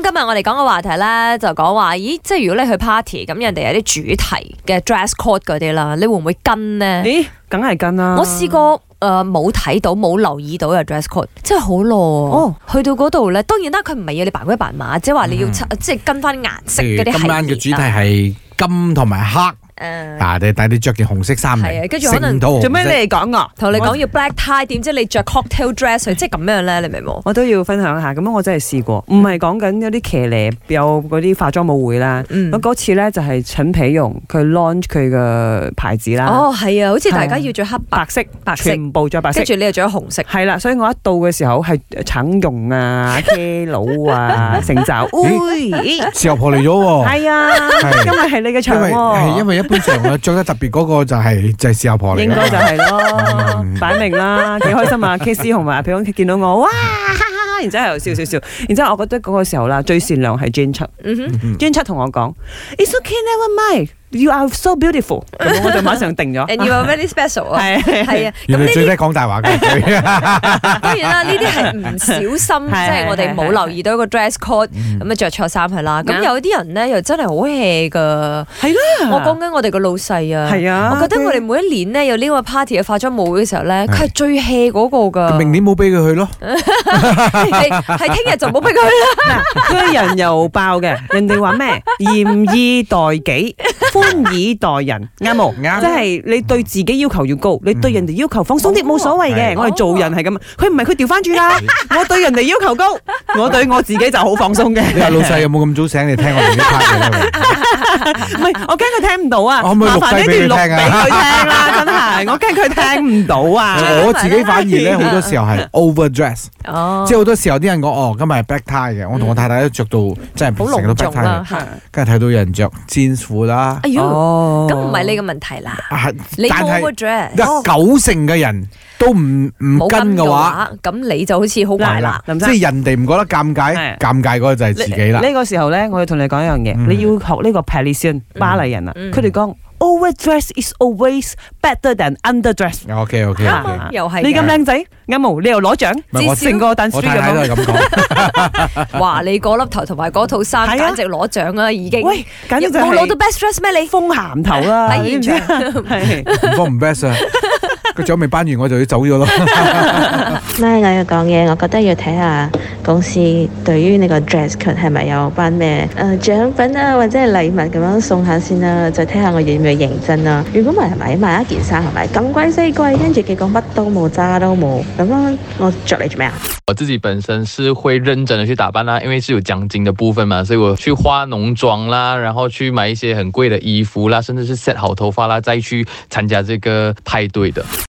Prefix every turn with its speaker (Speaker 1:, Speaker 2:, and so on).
Speaker 1: 今日我哋講嘅話題咧，就講話，咦，即係如果你去 party，咁人哋有啲主題嘅 dress code 嗰啲啦，你會唔會跟呢？
Speaker 2: 咦，梗係跟啦。
Speaker 1: 我試過诶冇睇到冇留意到嘅 dress code，真係好囉。
Speaker 2: 哦，
Speaker 1: 去到嗰度咧，當然啦，佢唔係要你扮鬼扮馬，即係話你要
Speaker 3: 嗯
Speaker 1: 襯即係跟翻顏色
Speaker 3: 譬
Speaker 1: 嗰啲啊
Speaker 3: 如今晚嘅主題
Speaker 1: 題
Speaker 3: 係金同埋黑，
Speaker 1: 嗯
Speaker 3: 嗱，你但你着件紅色衫
Speaker 1: 係啊
Speaker 3: 嚟，
Speaker 1: 跟住可能
Speaker 3: 成套紅色
Speaker 2: 做咩你嚟講我？
Speaker 1: 同你講
Speaker 2: 我，
Speaker 1: 要 black tie，點知你着 cocktail dress 去，即係咁樣咧，你明冇？
Speaker 2: 我都要分享下。咁我真係試過，唔係講緊有啲騎呢，有嗰啲化妝舞會啦。
Speaker 1: 嗯
Speaker 2: 咁嗰次咧就係陳皮容佢 launch 佢嘅牌子啦，
Speaker 1: 哦，係啊，好似大家
Speaker 2: 係啊
Speaker 1: 要着黑白
Speaker 2: 白，色，
Speaker 1: 白色
Speaker 2: 全部着白色
Speaker 1: 跟。住你又着紅 色。
Speaker 2: 係啦，所以我一到嘅時候係橙蓉 啊、茄佬啊、成就，咦
Speaker 3: 豉油婆嚟咗喎。
Speaker 2: 係啊，
Speaker 3: 係
Speaker 2: 因為係你嘅
Speaker 3: 哦 因
Speaker 2: 場
Speaker 3: 為係因
Speaker 2: 喎，
Speaker 3: 為一般上我着得特別嗰個就係就係豉油
Speaker 1: 哦
Speaker 3: 婆嚟
Speaker 2: 應
Speaker 3: 㗎嘛
Speaker 2: 該就係咯
Speaker 3: 嗯，
Speaker 2: 擺明 啦，幾開心啊！K C 同埋阿皮翁見到我，哇！哈哈哈然之後又笑笑笑，然之後我覺得嗰個時候啦，最善良係 Jane 七
Speaker 1: 嗯哼。
Speaker 3: 嗯
Speaker 2: ，Jane 七同我講，It's okay, never mind, you are so beautiful，咁我就馬上定咗，
Speaker 1: And you are very special 啊，
Speaker 2: 係
Speaker 1: 係啊，咁
Speaker 3: 原
Speaker 1: 呢
Speaker 3: 來最
Speaker 1: 啲
Speaker 3: 低講大話嘅佢，
Speaker 1: 當然啦，呢啲係唔小心，即
Speaker 2: 係
Speaker 1: 係我哋冇留意到個 dress code，咁啊着錯衫係啦。咁
Speaker 2: 啱
Speaker 1: 有啲人咧又真係好 hea 噶，
Speaker 2: 係啦，
Speaker 1: 我講緊我哋個老細啊。
Speaker 2: 係啊，
Speaker 1: 我覺得我哋每一年咧有呢個 party 嘅化妝舞會嘅時候咧，佢係最 hea 嗰個噶。
Speaker 3: 明年冇俾佢去 咯。
Speaker 1: 係係聽日就冇俾佢啦。
Speaker 2: 佢人又爆 嘅，人哋話咩嚴以待己，寬以待人，啱冇？
Speaker 3: 啱
Speaker 2: 即係你對自己要求要高，你對人哋要求放鬆啲
Speaker 1: 嗯
Speaker 2: 冇所謂
Speaker 3: 係
Speaker 2: 嘅。我哋做人係咁，佢唔係佢調翻轉啦。 我對人哋要求高，我對我自己就好放 鬆嘅。
Speaker 3: 你話老細有冇咁早醒？你聽我哋啲 part
Speaker 2: 唔係，我驚佢聽唔到啊！
Speaker 3: 可唔可以錄
Speaker 2: 麻煩呢
Speaker 3: 低俾佢
Speaker 2: 段錄
Speaker 3: 聽
Speaker 2: 俾
Speaker 3: 啊
Speaker 2: 佢聽啦，真係，我驚佢聽唔 到啊！
Speaker 3: 我自己反而咧好多時候係 overdress，
Speaker 1: 哦
Speaker 3: 即係好多時候啲人講哦，今日係 black tie 嘅，我同我太太都着到真
Speaker 1: 好
Speaker 3: 係成
Speaker 1: 隆
Speaker 3: 個都
Speaker 1: 重
Speaker 3: black tie 嘅
Speaker 1: 啦。嚇
Speaker 3: 跟住睇到有人着 jeans 褲啦，
Speaker 1: 哎呦，
Speaker 2: 哦
Speaker 1: 咁唔係你嘅問題啦，
Speaker 3: 啊
Speaker 1: 你
Speaker 3: 但
Speaker 1: over
Speaker 3: 係
Speaker 1: dress
Speaker 3: 九成嘅人都唔唔
Speaker 1: 哦冇
Speaker 3: 跟嘅話，，
Speaker 1: 咁你就好似好怪
Speaker 2: 嗱
Speaker 1: 啦。
Speaker 2: 林
Speaker 3: 即
Speaker 2: 生
Speaker 3: 係人哋唔覺得尷尬，
Speaker 2: 係
Speaker 3: 尷尬嗰個就係自己啦。
Speaker 2: 呢個時候咧，我要同你講一樣嘢，
Speaker 3: 嗯
Speaker 2: 你要學呢個 Parisian 巴黎人啊，
Speaker 1: 嗯
Speaker 2: 佢哋講 overdress is always better than underdress。
Speaker 3: OK OK
Speaker 1: 啱
Speaker 3: OK，
Speaker 1: 啊，又係
Speaker 2: 你咁
Speaker 1: 嘅
Speaker 2: 靚仔，啱毛，你又攞獎，
Speaker 3: 唔係我
Speaker 1: 至少
Speaker 2: 成個蛋
Speaker 3: 我
Speaker 2: street
Speaker 3: 太太都
Speaker 2: 咁
Speaker 3: 係咁講，
Speaker 1: 哇！你嗰粒頭同埋嗰套衫，
Speaker 2: 係啊
Speaker 1: 簡直攞獎啦，已經。
Speaker 2: 樣。喂，簡直就
Speaker 1: 冇攞到
Speaker 2: 係
Speaker 1: best dress 咩你？
Speaker 2: 風鹹頭啦，
Speaker 1: 喺
Speaker 2: 你
Speaker 1: 現
Speaker 2: 知唔知啊
Speaker 1: 場。
Speaker 2: 係
Speaker 3: 唔方唔 best 啊！個獎未頒完，我就要走咗咯。
Speaker 4: 咪我要講嘢，我覺得要睇下公司對於呢個 dress code 係咪有班咩誒獎品啊，或者係禮物咁樣送下先啦、再睇下我要唔要認真啦、如果唔係買買一件衫係咪咁鬼死貴，跟住結果乜都冇渣都冇，咁樣我着嚟做咩啊？
Speaker 5: 我自己本身是会认真的去打扮啦，因为是有奖金的部分嘛，所以我去化浓妆啦，然后去买一些很贵的衣服啦，甚至是 set 好头发啦，再去参加这个派对的。